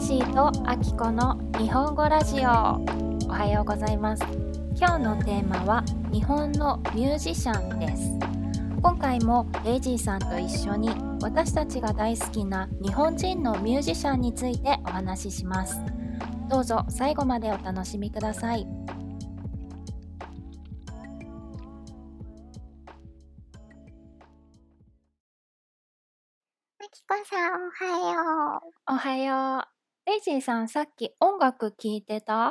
シーとアキコの日本語ラジオおはようございます今日のテーマは日本のミュージシャンです今回もエイジーさんと一緒に私たちが大好きな日本人のミュージシャンについてお話ししますどうぞ最後までお楽しみくださいマキコさん、おはよう。おはようエイジーさんさっき音楽聴いてた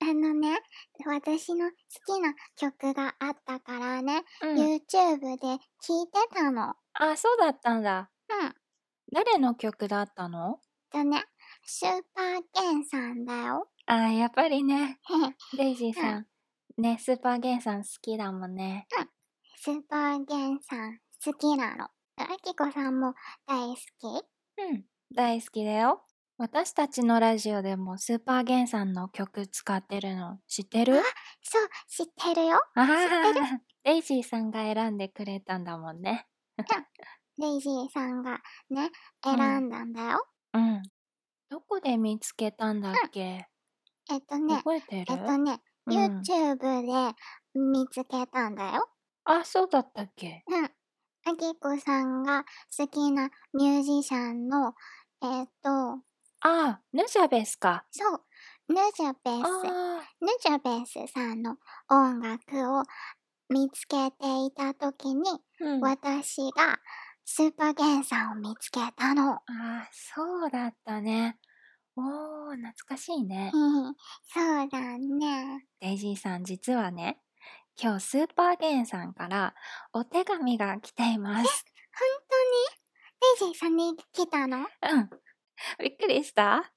あのね、私の好きな曲があったからね、うん YouTube で聴いてたの。うん。あそうだったんだ誰の曲だったのとね、スーパーケンさんだ よ。あーやっぱりねへへデイジーさん、ね、スーパーゲンさん好きだもんね。スーパーケンさん、好きなの。あきこさんも大好きうん、大好きだよ。私たちのラジオでもスーパーゲンさんの曲使ってるの知ってるそう、知ってるよ。ああ知っー、デイジーさんが選んでくれたんだもんね。レイジーさんがね、うん選んだんだよ。うん。どこで見つけたんだっけ、えっとね、覚えてるえっとね、うん、 YouTube で見つけたんだよ。あ、そうだったっけうん。あきこさんが好きなミュージシャンの、えっ、と、あー、ヌジャベスか。そう、ヌジャベあス、ヌジャベスさんの音楽を見つけていたときに、ー、うん、あ私がスーパーゲンさんを見つけたの。ー、そうだったね。おー、懐かしいね。うん、そうだね。デイジーさん実はね今日スーパーゲンさんからお手紙が来ていますレイジーさんに来たのうんびっくりした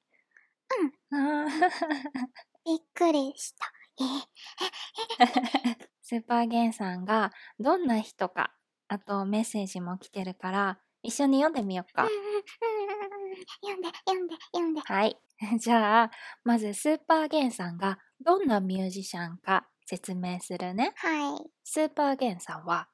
うんびっくりした。え スーパーゲンさんがどんな人かあとメッセージも来てるから一緒に読んでみよううんかうんうんうんうん読んで、読んで、読んで。はい じゃあまずスーパーゲンさんがどんなミュージシャンか説明するねはい。スーパーゲンさんは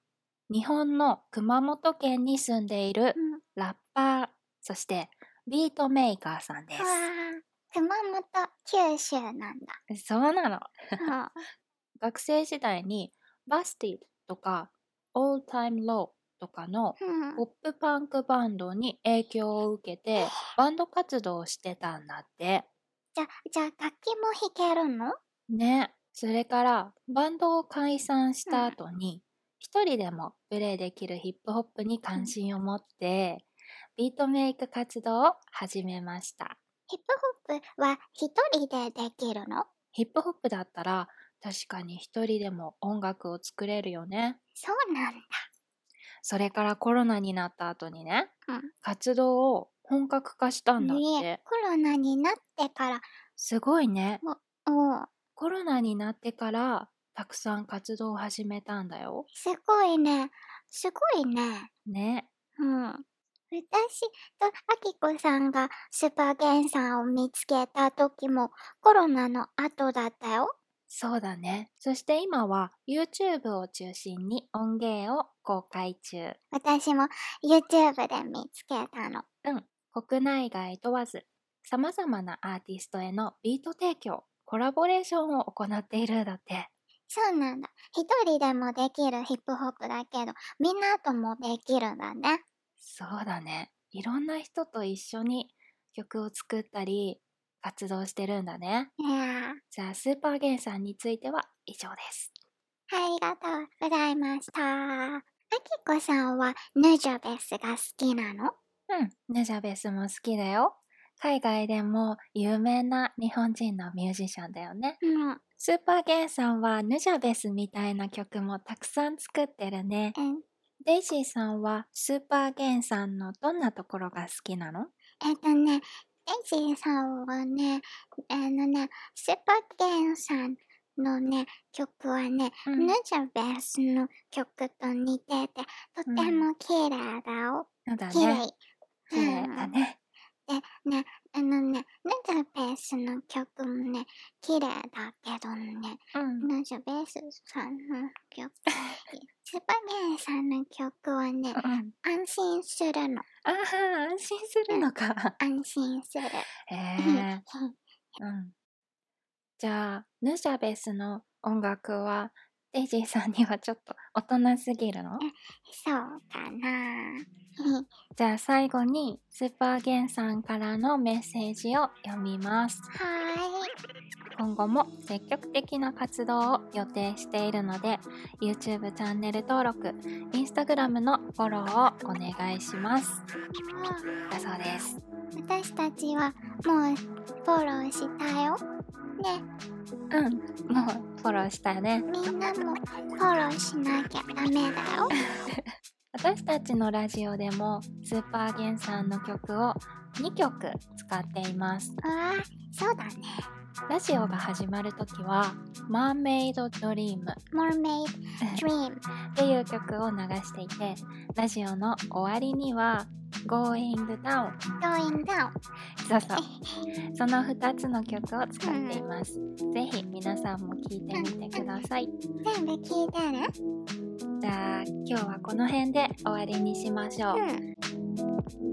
日本の熊本県に住んでいるうんラッパー、そしてビートメーカーさんでわあ、熊本、九州なんだ。す。そうなの。 うん学生時代にバスティとか All Time Low とかのうんポップパンクバンドに影響を受けてバンド活動をしてたんだって。じゃ、じゃあ楽器も弾けるのね。それからバンドを解散した後に一人でもプレイできるヒップホップに関心を持ってビートメイク活動を始めました。ヒップホップは一人でできるのヒップホップだったら確かに一人でも音楽を作れるよね。そうなんだ。それからコロナになった後にね、うん活動を本格化したんだって、ねえコロナになってから、すごいねおうコロナになってからたくさん活動を始めたんだよすごいね。すごいね。ねうん。私とあきこさんがスーパーゲンさんを見つけた時もコロナの後だったよ。そうだねそして今は YouTube を中心に音源を公開中私も YouTube で見つけたの。国内外問わずさまざまなアーティストへのビート提供コラボレーションを行っているんだってそうなんだ。一人でもできるヒップホップだけど、みんなともできるんだね。そうだね。いろんな人と一緒に曲を作ったり活動してるんだね。いやじゃあスーパーゲンさんについては以上です。ーありがとうございました。あきこさんはヌジョベスが好きなのうん、ヌジャベスも好きだよ。海外でも有名な日本人のミュージシャンだよね。うん。スーパーゲンさんはヌジャベスみたいな曲もたくさん作ってるね。えデイジーさんはスーパーゲンさんのどんなところが好きなのえっとね、エジーさんはね、あのね、スーパーゲンさんのね、曲はね、うんヌジョベスの曲と似てて、とても綺麗だよ。そうだ綺ね。麗。綺麗だね。でね、あのね、ヌズベースの曲もね、綺麗だけどね、うん。ヌズベースさんの曲、スパゲンさんの曲はね、うん安心するあの。あ、安心するのか。 安心する。へうんえ。うん。じゃあ、ヌジャベスの音楽は、デイジーさんにはちょっと大人すぎるの そうかな。 じゃあ最後に、スーパーゲンさんからのメッセージを読みます。は今後も積極的な活動を予定しているので YouTube チャンネル登録 Instagram のフォローをお願いしますーい。もうだそうです私たちはもうフォローしたよ。ね、うんもうフォローしたよねみんなもフォローしなきゃダメだよ。私たちのラジオでもスーパーゲンさんの曲を2曲使っていますうわ、そうだね。ラジオが始まる時は「マーメイドドリーム」 Mermaid Dream。っていう曲を流していてラジオの終わりには「Going Down」 Going down. そうそうその2つの曲を使っています。ぜひ皆さんも聴いてみてください。全部聞いてるじゃあ今日はこの辺で終わりにしましょう。うん。